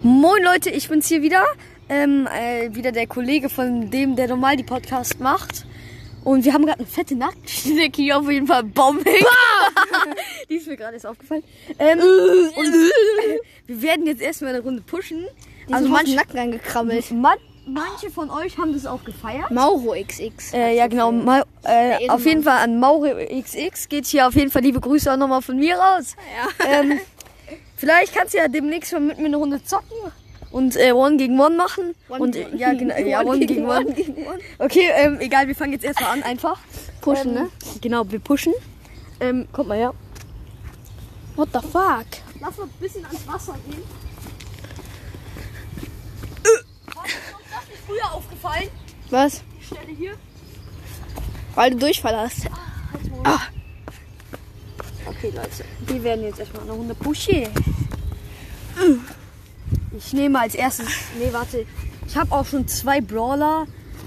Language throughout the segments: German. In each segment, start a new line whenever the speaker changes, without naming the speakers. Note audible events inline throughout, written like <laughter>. Leute, ich bin's hier wieder. Ähm, äh, wieder der Kollege von dem, der normal die Podcast macht. Und wir haben gerade eine fette <laughs> Nacktschnecke hier auf jeden Fall bombig. die ist mir gerade erst aufgefallen. Ähm, und äh, wir werden jetzt erstmal eine Runde pushen.
Also
Also
manche
manche,
Nacken reingekrabbelt.
man, manche von euch haben das auch gefeiert.
Mauro XX.
Äh, ja, genau. Ma äh, auf jeden Fall an Mauro XX geht hier auf jeden Fall liebe Grüße auch nochmal von mir raus. <laughs> Ähm, vielleicht kannst du ja demnächst mal mit mir eine Runde zocken und äh, One gegen One machen. und äh, ja, genau. Ja, One gegen One. Okay, ähm, egal, wir fangen jetzt erstmal an einfach.
Pushen,
ähm,
ne?
Genau, wir pushen. Ähm, kommt mal her.
What the fuck?
Lass mal ein bisschen ans Wasser gehen.
Äh.
Was ist mir früher aufgefallen?
Was?
Die Stelle hier.
Weil du Durchfall hast.
Okay, Leute. Wir werden jetzt erstmal eine Runde pushen. Ich nehme als erstes. Nee, warte. Ich habe auch schon zwei Brawler.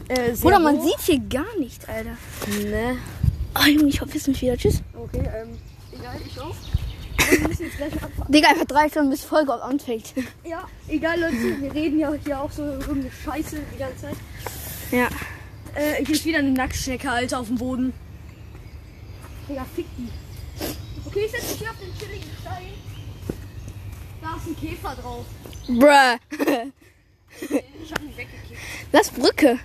Äh, sehr
Bruder, man
hoch.
sieht hier gar nichts, Alter.
Ne.
Oh, Junge, ich hoffe, es nicht wieder. Tschüss.
Okay, ähm, egal, ich auch.
Digga, einfach drei Stunden, bis die Folge <laughs> anfängt.
Ja, egal, Leute, wir reden ja hier auch so irgendeine Scheiße die ganze Zeit.
Ja.
Äh, hier ist wieder eine Nacktschnecke, Alter, auf dem Boden. Digga, fick die.
Okay, ich setze mich hier auf den chilligen Stein. Da ist ein Käfer drauf.
Bruh.
Ich hab ihn weggekickt.
Lass Brücke.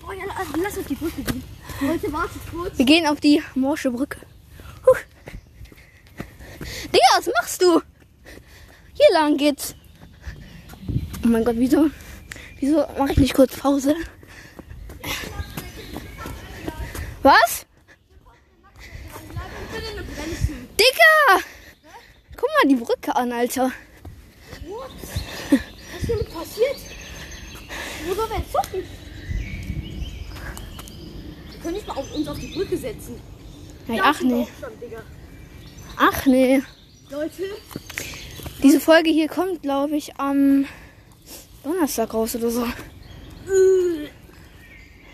Boah, ja, also lass auf die Brücke gehen. Leute, wartet kurz.
Wir gehen auf die morsche Brücke. Huh. Digga, was machst du? Hier lang geht's. Oh mein Gott, wieso? Wieso mache ich nicht kurz Pause? Was?
Bitte eine Bremse.
Digga! Guck mal die Brücke an, Alter.
Was ist denn passiert? Wo sollen wir jetzt zocken? Wir können nicht mal auf uns auf die Brücke setzen.
Nein,
Da
ach
ist ein
nee.
Aufstand, Digga.
Ach nee.
Leute,
Diese Folge hier kommt, glaube ich, am Donnerstag raus oder so.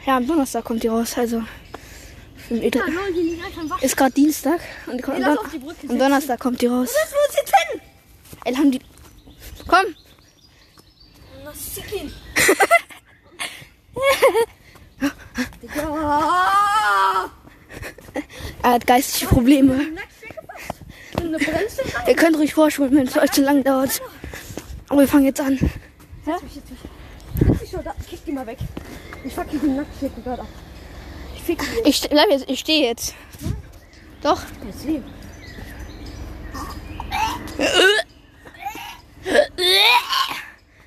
Ja, am Donnerstag kommt die raus. Also im Edel.
da sollen die nicht einfach wach.
Ist gerade Dienstag und die kommt
Ey,
am,
lass
Don
auf die Brücke
am Donnerstag kommt die raus.
Lass uns jetzt hin!
Ey, haben die. Komm!
Lass sie gehen.
Er hat geistige Probleme.
Eine Bremse rein.
Ihr könnt ruhig vorspulen, wenn es euch zu lang dauert. Aber wir fangen jetzt an.
Ich schau da. Kick die mal weg. Ich fuck diesen Nacktschnecken gerade ab. Ich fick die
Ich ste- bleib jetzt, ich stehe jetzt. Doch.
jetzt leben.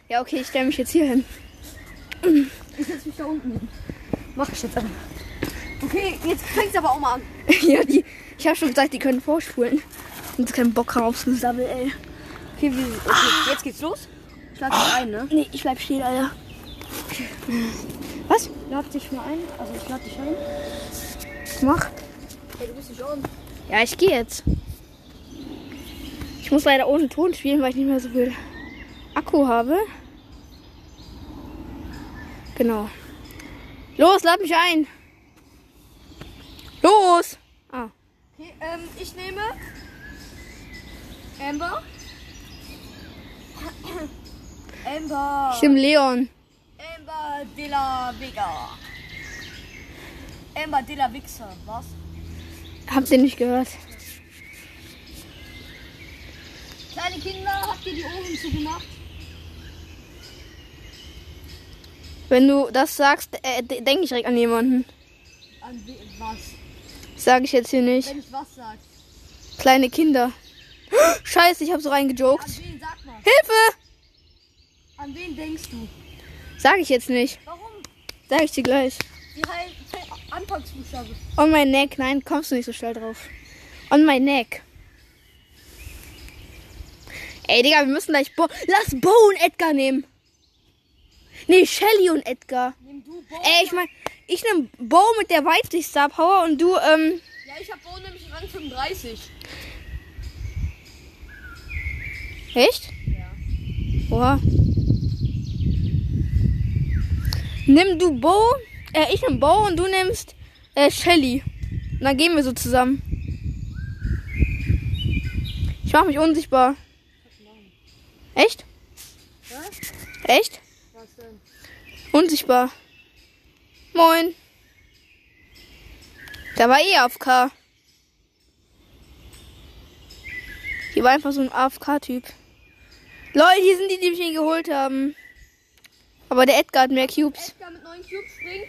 Ja, okay, ich stelle mich jetzt hier hin.
Ich setz mich da unten hin.
Mach ich jetzt an.
Okay, jetzt fängt's aber auch mal an.
ja, die. Ich habe schon gesagt, die können vorspulen. Und sie keinen Bock haben aufs Gesabbel, ey.
Okay, wir, okay jetzt geht's los. Schlag dich ein, ne?
Nee, ich bleib stehen, Alter. Was?
Schlag dich mal ein. Also, ich schlag dich ein.
Mach.
Hey, du bist nicht on.
Ja, ich gehe jetzt. Ich muss leider ohne Ton spielen, weil ich nicht mehr so viel Akku habe. Genau. Los, lad mich ein. Los! Ah,
Okay, ähm, ich nehme Amber. Amber.
ich nehme Leon.
Amber de la Vega. Amber de la Wichser, was?
Habt ihr nicht gehört?
Kleine Kinder, habt ihr die Ohren zugemacht?
Wenn du das sagst, äh, denke ich direkt an jemanden.
An we- was?
Sage ich jetzt hier nicht.
Wenn ich was sag.
Kleine Kinder. <gasps> Scheiße, ich habe so reingejoked.
An wen sag mal?
Hilfe!
An wen denkst du?
Sage ich jetzt nicht.
Warum?
Sage ich dir gleich.
Wie heißt Anfangsbuchstabe?
On my neck. Nein, kommst du nicht so schnell drauf. On my neck. Ey, Digga, wir müssen gleich Bo Lass Bo und Edgar nehmen. Nee, Shelly und Edgar.
Nimm du Bo.
Ey, ich mein, ich nehm Bo mit der weiblichen Star Power und du, ähm,
Ja, ich hab Bo nämlich Rang 35.
echt? Ja. Boah. Nimm du Bo, äh, ich nehm Bo und du nimmst, äh, Shelly. Und dann gehen wir so zusammen. Ich mach mich unsichtbar. Echt? Echt?
Was denn?
Unsichtbar. Moin. Da war eh AFK. Hier war einfach so ein AFK-Typ. Lol, hier sind die, die mich nie geholt haben. Aber der Edgar hat mehr Cubes.
Edgar mit neuen Cubes springt.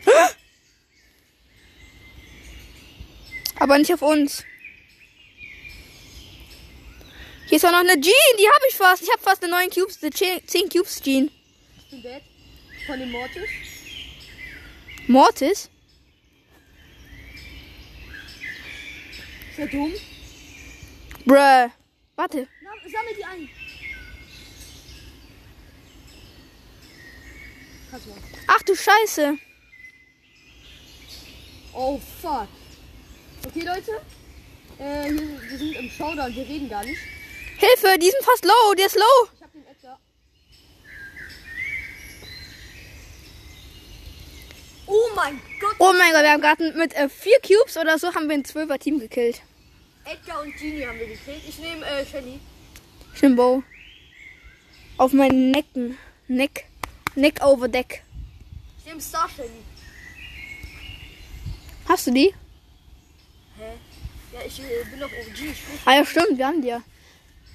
Aber nicht auf uns. Hier ist auch noch eine Jean, die habe ich fast. Ich habe fast eine 9 Cubes, eine 10 Cubes Jean.
Bist du dead? Von dem Mortis?
Mortis?
Ist er dumm?
Bruh. Warte.
Na, sammel die ein. Kannst du machen.
Ach du Scheiße.
Oh fuck. Okay, Leute. Äh, hier, wir sind im Showdown, wir reden gar nicht.
Hilfe, die sind fast low, der ist low.
Ich hab den Edgar. Oh mein Gott,
Oh mein Gott, wir haben gerade mit äh, vier Cubes oder so haben wir ein Zwölfer Team gekillt.
Edgar und Genie haben wir gekriegt. Ich nehme äh, Shelly.
Schimbo. Auf meinen Necken. Neck. Neck over deck.
Ich nehme Star Shelly.
Hast du die?
Hä? Ja, ich äh, bin doch OG. Ich bin
Ah ja, stimmt, wir haben die ja.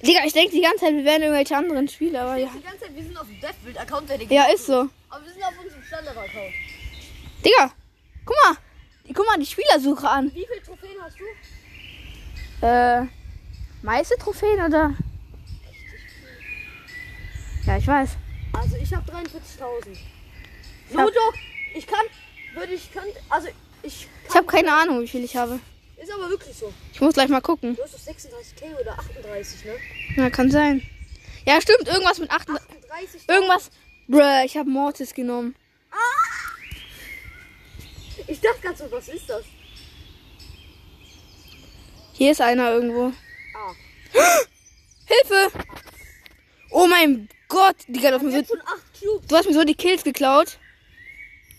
Digga, ich denke die ganze Zeit, wir wären irgendwelche anderen Spieler, aber Oh, ja.
die ganze Zeit, wir sind auf dem Deathwild-Account, der
Ja, ist so.
Aber wir sind auf unserem Standard-Account.
Digga, guck mal. Die- Guck mal die Spielersuche an.
Wie viele Trophäen hast du?
Äh, meiste Trophäen oder? Ja, ich weiß.
Also ich habe 43.000.
hab-
Ludok, ich kann, würde ich kann, also ich
Ich habe keine Ahnung, wie viel ich habe.
ist aber wirklich so.
Ich muss gleich mal gucken.
Du hast doch 36k oder 38, ne?
Na, kann sein. Ja, stimmt, irgendwas mit 8.
38.
Irgendwas. Bruh, ich habe Mortis genommen.
Ich dachte ganz so, was ist das?
Hier ist einer irgendwo.
Ah,
Hilfe! Oh mein Gott, Digga, du hast,
wir
mir
haben
so,
schon 8 Cubes.
du hast mir so die Kills geklaut.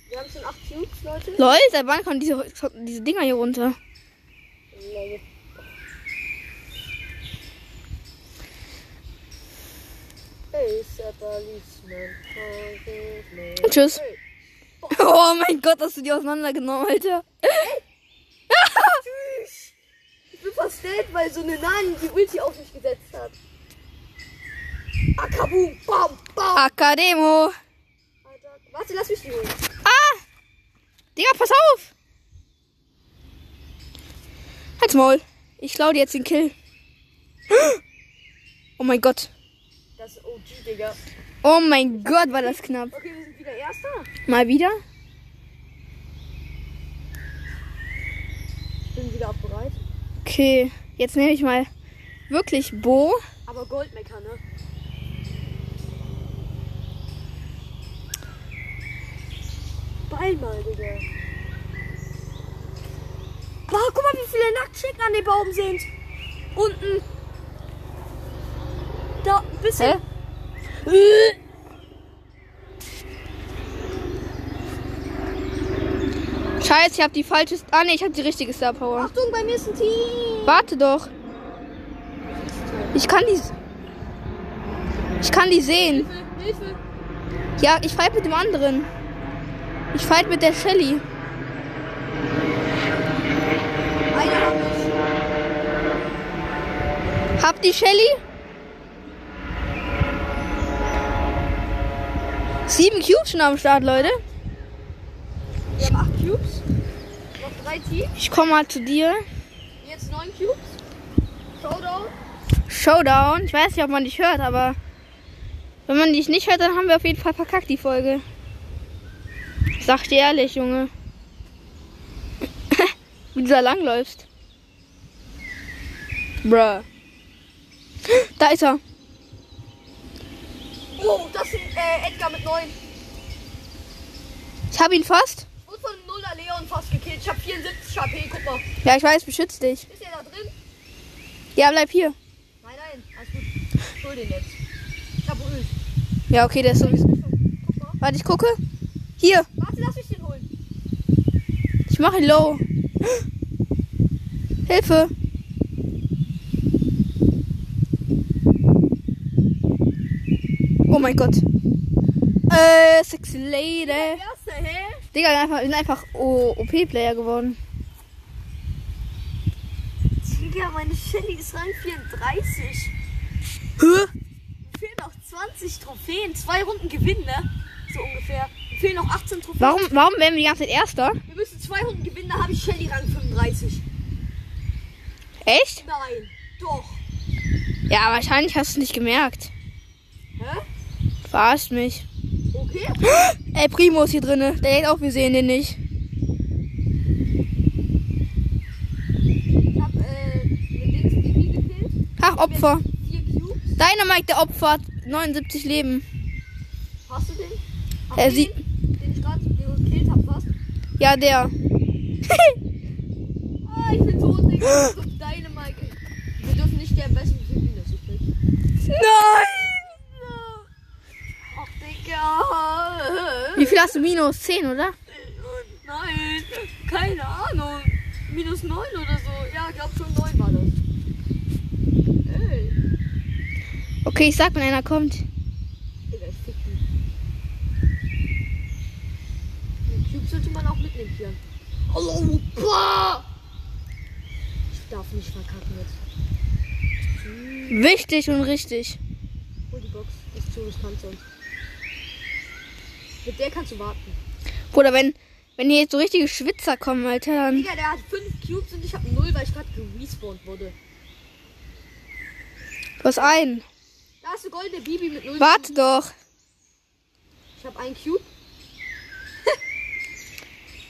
Wir haben schon 8 Cubes, Leute.
Lol, seit wann kommen diese, diese Dinger hier runter?
Lol. Hey, Sabalisman, Congressman.
Tschüss. <laughs>
Hey,
Oh mein Gott, hast du die auseinandergenommen, Alter.
tschüss. Ich bin fast dead, weil so eine Nani die Ulti auf mich gesetzt hat. Akabum, bam, bam.
Akademo.
Alter. Warte, lass mich die holen.
Ah! Digga, pass auf! Halt's Maul. Ich klau dir jetzt den Kill. <gasps> Oh mein Gott.
Das ist OG, Digga.
Oh mein Gott, war das knapp.
Okay, wir sind wieder Erster.
Mal wieder?
Ich bin wieder bereit.
Okay, jetzt nehme ich mal wirklich Bo.
Aber Goldmecker, ne? Ball mal, Digga. Boah, guck mal, wie viele Nacktschicken an dem Baum sind. Unten. Da, ein bisschen.
Hä? Scheiße, ich habe die falsche. Ah ne, ich habe die richtige Star Power.
Achtung, bei mir ist ein Team.
Warte doch. Ich kann die. Ich kann die sehen.
Hilfe, Hilfe.
Ja, ich fight mit dem anderen. Ich fight mit der Shelly.
Einer hab ich.
Hab die Shelly? Sieben Cubes schon am Start, Leute.
Wir haben acht Cubes. Noch drei Teams.
Ich komme mal zu dir.
Jetzt neun Cubes. Showdown.
Showdown. Ich weiß nicht, ob man dich hört, aber wenn man dich nicht hört, dann haben wir auf jeden Fall verkackt die Folge. Ich Sag dir ehrlich, Junge. <laughs> Wie du da langläufst. Bruh. Da ist er.
Oh, das sind äh, Edgar mit neun.
Ich hab ihn fast.
Ich wurde von einem Nuller Leon fast gekillt. Ich hab 74 HP, guck mal.
Ja, ich weiß, beschützt dich.
Ist er da drin?
Ja, bleib hier.
Nein, nein, alles gut. Ich hol den jetzt. Ich hab Öl.
Ja, okay, der ist sowieso.
Guck mal.
Warte, ich gucke. Hier.
Warte, lass mich den holen.
Ich mache ihn low. Hilfe. Oh mein Gott. Äh, Six Lady.
Erste, hä?
Digga, wir einfach- wir sind einfach O- OP-Player geworden.
Digga, meine Shelly ist Rang 34.
Hä?
Fehlen noch 20 Trophäen. Zwei Runden gewinnen, ne? So ungefähr. Fehlen noch 18 Trophäen.
Warum, warum werden wir die ganze Zeit Erster?
Wir müssen zwei Runden gewinnen, da habe ich Shelly Rang 35.
Echt?
Nein, doch.
Ja, wahrscheinlich hast du es nicht gemerkt.
Hä?
Verarscht mich.
Ne? Okay.
Ey, Primo ist hier drinne. Der denkt auch, wir sehen den nicht.
Ich hab, äh, mit Dings Bibi gekillt.
Ach, Opfer.
Vier Cubes.
Dynamite, der Opfer, hat 79 Leben.
Hast du den? Hast
Er
du
sieht-
den, den ich gerade gekillt habe, was?
Ja, der.
Ah, ich bin tot, Digga. Das ist deine Mike. Wir dürfen nicht sterben, weißt du, wie viel Minus ich bin.
Nein!
Ach, Digga.
Wie viel hast du? Minus 10, oder?
Nein, keine Ahnung. Minus 9 oder so. Ja, glaub schon 9 war das. Ey,
Okay, ich sag, wenn einer kommt.
Digga, ich fick dich. Den Cube sollte man auch mitnehmen hier. Hallo, Opa! Ich darf nicht verkacken jetzt.
Wichtig und richtig.
Hol die Box, die ist zu riskant sonst. Mit der kannst du warten.
Bruder, wenn, wenn hier jetzt so richtige Schwitzer kommen, Alter, dann.
Digga, der hat 5 Cubes und ich hab 0, weil ich gerade gerespawnt wurde.
Was ein?
Da hast du goldene Bibi mit 0.
Warte doch.
Ich hab einen Cube.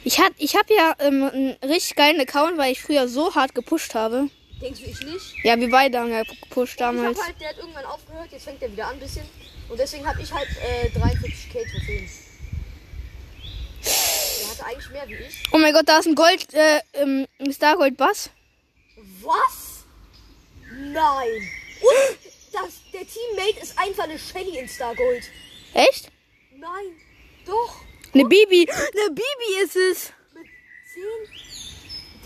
Ich hab, ich hab ja ähm, einen richtig geilen Account, weil ich früher so hart gepusht habe.
Denkst du, ich nicht?
Ja, wir beide haben ja gepusht damals.
Ich hab halt, der hat irgendwann aufgehört, jetzt fängt er wieder an ein bisschen. Und deswegen habe ich halt äh, 43k Trophäen. Der hatte eigentlich mehr wie ich.
Oh mein Gott, da ist ein Gold, äh, ähm, ein Stargold Bass.
Was? Nein! Und das, der Teammate ist einfach eine Shelly in Star Gold.
Echt?
Nein, doch.
Eine Bibi. <gasps> Eine Bibi ist es.
Mit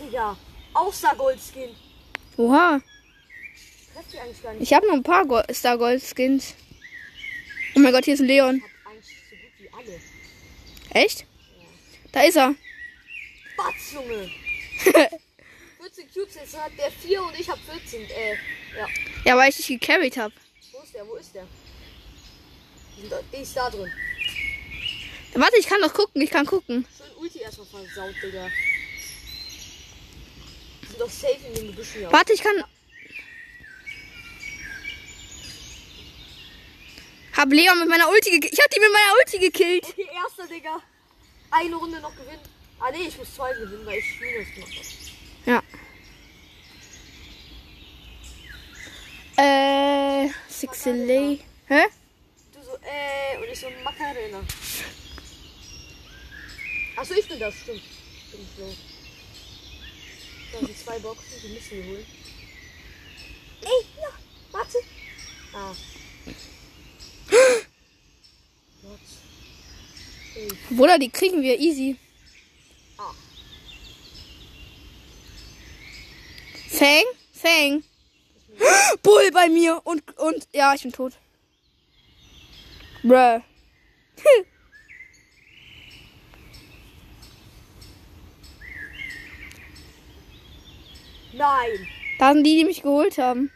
10? Digga, auch Star Gold Skin.
Oha.
Trefft die eigentlich gar nicht.
Ich habe noch ein paar Go Stargold Skins. Oh mein Gott, hier ist ein Leon.
Ich hab eigentlich so gut wie alle.
Echt? Da ist er.
Batz, Junge! 14 Cubes, jetzt hat der 4 und ich hab 14. Äh, ja.
Ja, weil ich dich gecarried habe.
Wo ist der? Wo ist der? Die sind da- Die ist da drin.
Warte, ich kann doch gucken, ich kann gucken.
Schön Ulti erstmal versaut, Digga. Die sind doch safe in den Gebüschen hier.
Warte, ich kann. Hab Leon mit meiner Ulti gekillt. Ich hab die mit meiner Ulti gekillt.
Okay, erster, Digga. Eine Runde noch gewinnen. Ah, nee, ich muss zwei gewinnen, weil ich Minus mache.
Ja. Äh, Sixelay. Hä?
Du so, äh, und ich so, Macarena. Achso, ich bin das, stimmt. Bin ich so. Da sind zwei Boxen, die müssen wir holen. Ey, ja, warte. Ah. Gott.
Bruder, die kriegen wir easy.
Ah.
Fang, Fang. <gasps> Bull bei mir und und ja, ich bin tot. Bruh.
Nein.
Da sind die, die mich geholt haben.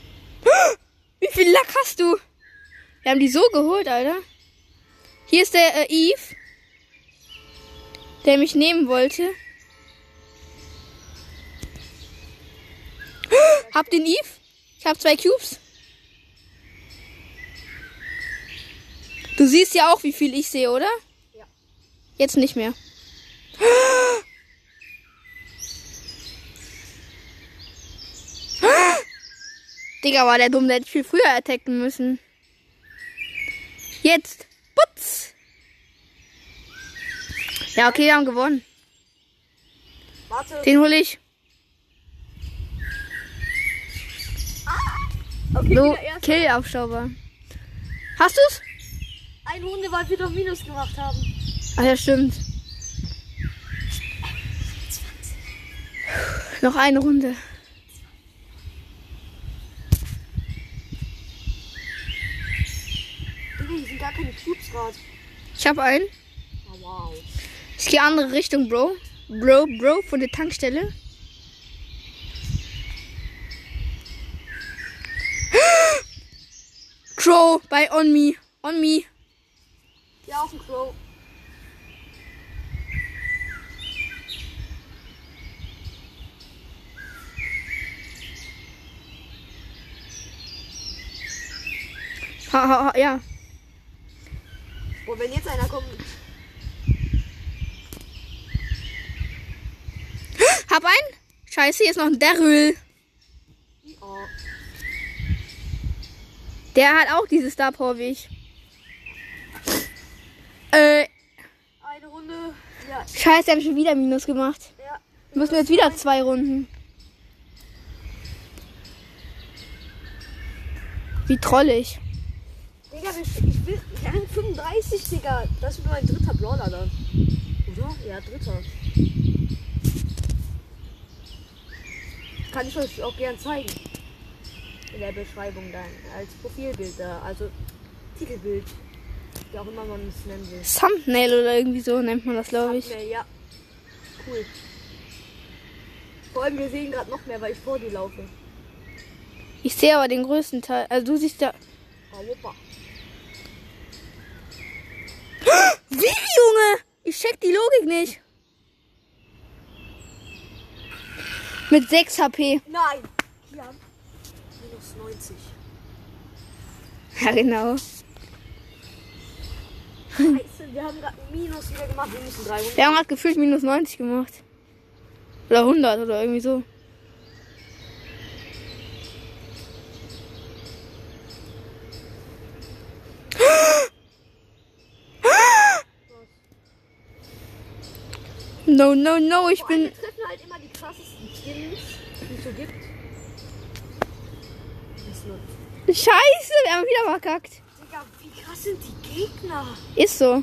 <gasps> Wie viel Lack hast du? Wir haben die so geholt, Alter. Hier ist der äh, Eve, der mich nehmen wollte. <gasps> Hab den Eve. Ich hab zwei Cubes. Du siehst ja auch, wie viel ich sehe, oder?
Ja.
Jetzt nicht mehr. Digga, war der dumm, der hätte ich viel früher attacken müssen. Jetzt. Putz. Ja, okay, wir haben gewonnen.
Warte.
Den hole ich.
Okay,
No,
wieder erst.
kill aufschaubar. Hast du's?
Eine Runde, weil wir doch Minus gemacht haben.
Ach ja, stimmt. Noch eine Runde.
Digga, hier sind gar keine Betriebsrat.
Ich habe einen.
Oh, wow.
Ich gehe andere Richtung, Bro. Bro, Bro, von der Tankstelle. <gasps> Crow bei On Me. On Me.
Ja, auf dem Crow.
Ha, ha, ha, ja.
Boah, wenn jetzt einer kommt.
Hab einen. Scheiße, hier ist noch ein Daryl.
Oh,
Der hat auch diese Star Power wie ich. Äh,
eine Runde. Ja,
scheiße, wir haben schon wieder Minus gemacht.
ja.
Müssen wir jetzt wieder zwei Runden. Wie trollig.
Digga, ich, ich will Rang 35, Digga. Das ist nur mein dritter Brawler dann. Oder? Ja, dritter. Kann ich euch auch gern zeigen. In der Beschreibung dann. Als Profilbild da. Also Titelbild. Wie auch immer man es nennen will.
Thumbnail oder irgendwie so nennt man das, glaube ich.
Thumbnail, ja. Cool. Vor allem, wir sehen gerade noch mehr, weil ich vor dir laufe.
Ich sehe aber den größten Teil. Also du siehst ja.
Oh, wuppa.
Wie, Junge? Ich check die Logik nicht. Mit 6 HP.
Nein! Hier haben minus 90.
<laughs> Ja, genau.
Scheiße, wir haben gerade minus wieder gemacht. Wir müssen drei Runden.
Wir haben gerade gefühlt minus 90 gemacht. Oder 100 oder irgendwie so. <gasps> No, no, no, ich
Vor allem, wir
bin.
treffen halt immer die krassesten Skins, die es so gibt. Das läuft.
Scheiße, wir haben wieder verkackt.
Digga, wie krass sind die Gegner?
Ist so.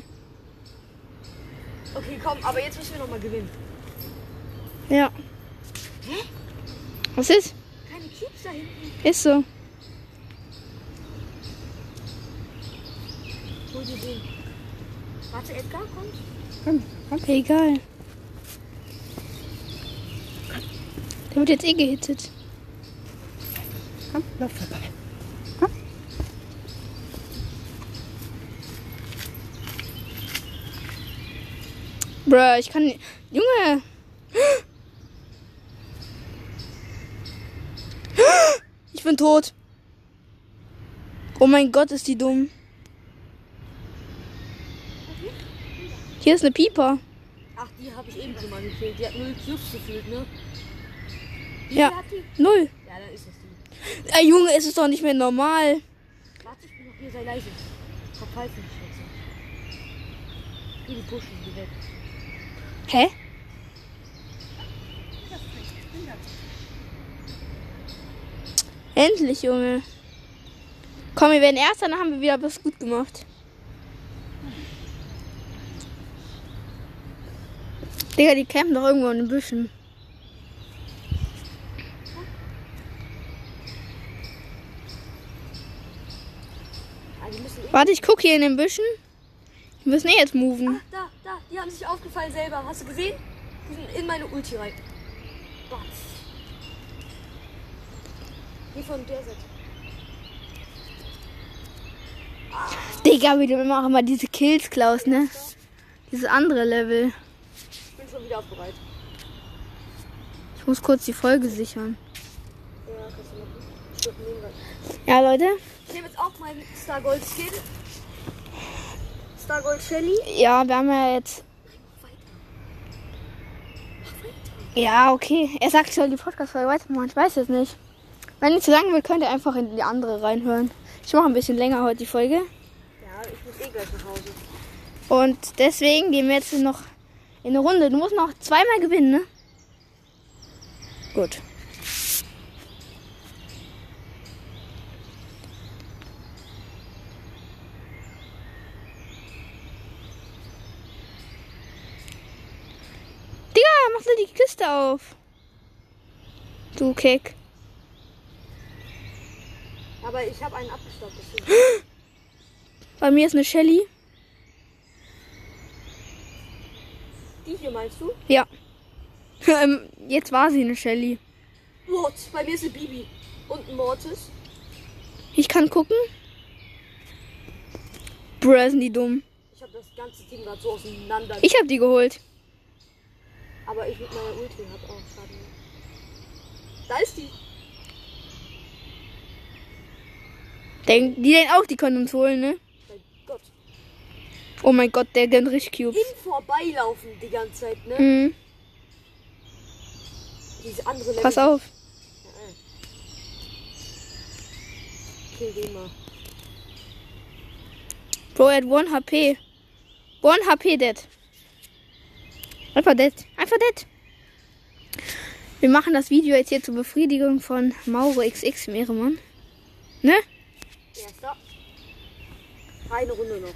Okay, komm, aber jetzt müssen wir nochmal gewinnen.
Ja.
Hä?
Was ist?
Keine Cubes da hinten.
Ist so.
Hol die den. Warte, Edgar kommt.
Okay, egal. Der wird jetzt eh gehittet.
Komm, lauf vorbei.
Bruh, ich kann. Junge! Ich bin tot. Oh mein Gott, ist die dumm. Hier ist eine Pieper.
Ach, die habe ich eben schon mal gefehlt. Die hat null Cubes gefüllt, ne? Wie
Ja.
viel Hat die?
Null.
Ja, dann ist das die.
Ey, Junge, es ist doch nicht mehr normal.
Warte, ich bin noch hier, sei leise. Verpfeifen mich jetzt. Geh die pushen, die weg.
Hä? Endlich, Junge. Komm, wir werden erster, dann haben wir wieder was gut gemacht. Digga, die campen doch irgendwo in den Büschen.
Ah, die müssen eh.
Warte, ich guck hier in den Büschen. Wir müssen eh jetzt moven.
Ach, da, da, die haben sich aufgefallen selber. Hast du gesehen? Die sind in meine Ulti rein. Batz. Die von der Seite.
Digga, wie du immer auch immer diese Kills klaust, ne? Dieses andere Level.
Ich bin schon wieder bereit.
Ich muss kurz die Folge sichern.
Ja, kannst du machen. Ich glaub, nehmen wir.
Ja, Leute?
Ich nehme jetzt auch meinen Star Gold Skin. Star Gold Shelly.
Ja, wir haben ja jetzt Ja, okay. Er sagt, ich soll die Podcast-Folge weitermachen. Ich weiß jetzt nicht. Wenn ihr zu lang will, könnt ihr einfach in die andere reinhören. Ich mache ein bisschen länger heute die Folge.
Ja, ich muss eh gleich nach Hause.
Und deswegen gehen wir jetzt noch in eine Runde. Du musst noch zweimal gewinnen, ne? Gut. Digga, mach doch die Kiste auf. Du Kick.
Aber ich habe einen abgestoppt. Deswegen.
Bei mir ist eine Shelly.
Die hier meinst du?
Ja. <laughs> Ähm, Jetzt war sie eine Shelly.
What? Bei mir ist eine Bibi. Und ein Mortis.
Ich kann gucken. Bruh, sind die dumm.
Ich habe das ganze Team gerade so auseinander.
Ich hab die geholt.
Aber ich mit meiner Ulti hab auch gerade. Da ist die.
Denk, die denken auch, die können uns holen, ne?
Mein Gott.
Oh mein Gott, der gönnt richtig Cubes.
Hin vorbeilaufen die ganze Zeit, ne?
Mhm.
Diese andere Level.
Pass auf.
Kill den mal.
Bro, er hat 1 HP. 1 HP dead. Einfach dead. Einfach dead. Wir machen das Video jetzt hier zur Befriedigung von Mauro XX Meeremann. Ne?
Erster. Eine Runde noch.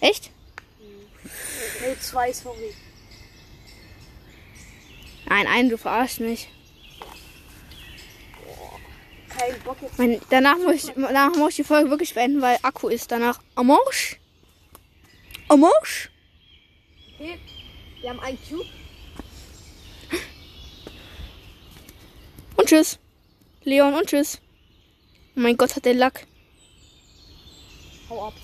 Echt?
Nee, zwei, sorry.
Nein, nein, du verarschst mich.
Kein Bock jetzt.
Mein, danach, muss ich, danach muss ich die Folge wirklich beenden, weil Akku ist danach Amorsch. Amorsch?
Okay. Wir haben einen Cube.
Und tschüss. Leon und tschüss. Oh mein Gott, hat der Lack.
Hau ab.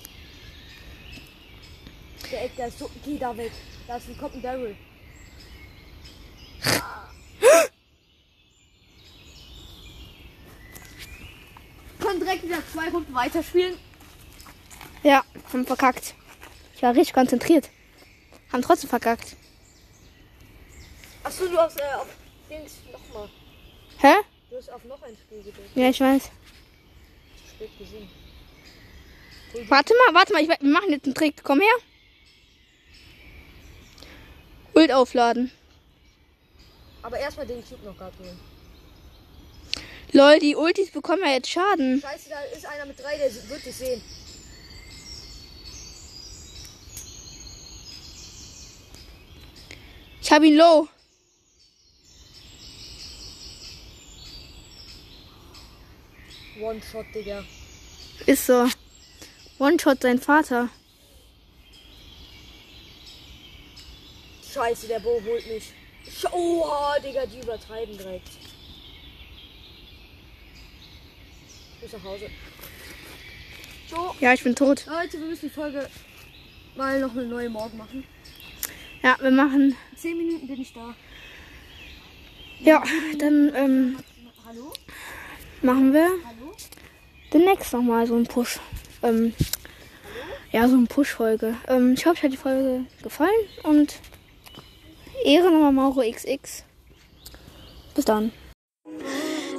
Der Eck, der ist so. Geh da weg. Da ist ein kommt ein Daryl. Können direkt wieder zwei Runden weiterspielen.
Ja, haben verkackt. Ich war richtig konzentriert. Haben trotzdem verkackt.
Achso, du hast äh, auf Dings nochmal.
Hä?
Du hast auf noch ein Spiel gedrückt.
Ja, ich weiß.
Spät gesehen.
Warte mal, warte mal, ich, we- wir machen jetzt einen Trick. Komm her. Ult aufladen.
Aber erstmal den Cube noch gerade holen.
Lol, die Ultis bekommen ja jetzt Schaden.
Scheiße, da ist einer mit drei, der wird dich sehen.
Ich hab ihn low.
One-Shot, Digga.
Ist so. One-Shot sein Vater.
Scheiße, der Bo holt mich. Sch- Oha, Digga, die übertreiben direkt. Ich muss nach Hause. So,
Ja, ich bin tot.
Leute, wir müssen die Folge mal noch eine neue Morgen machen.
Ja, wir machen.
In 10 Minuten bin ich da.
Ja, dann ähm,
Hallo?
machen wir
Hallo?
demnächst nochmal so einen Push. Ähm, ja, so eine Push-Folge. Ähm, ich hoffe, euch hat die Folge gefallen und Ehre nochmal Mauro XX. Bis dann.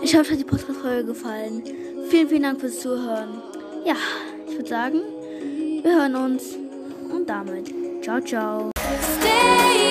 Ich hoffe, euch hat die Podcast-Folge gefallen. Vielen, vielen Dank fürs Zuhören. Ja, ich würde sagen, wir hören uns. Und damit, ciao, ciao.
Stay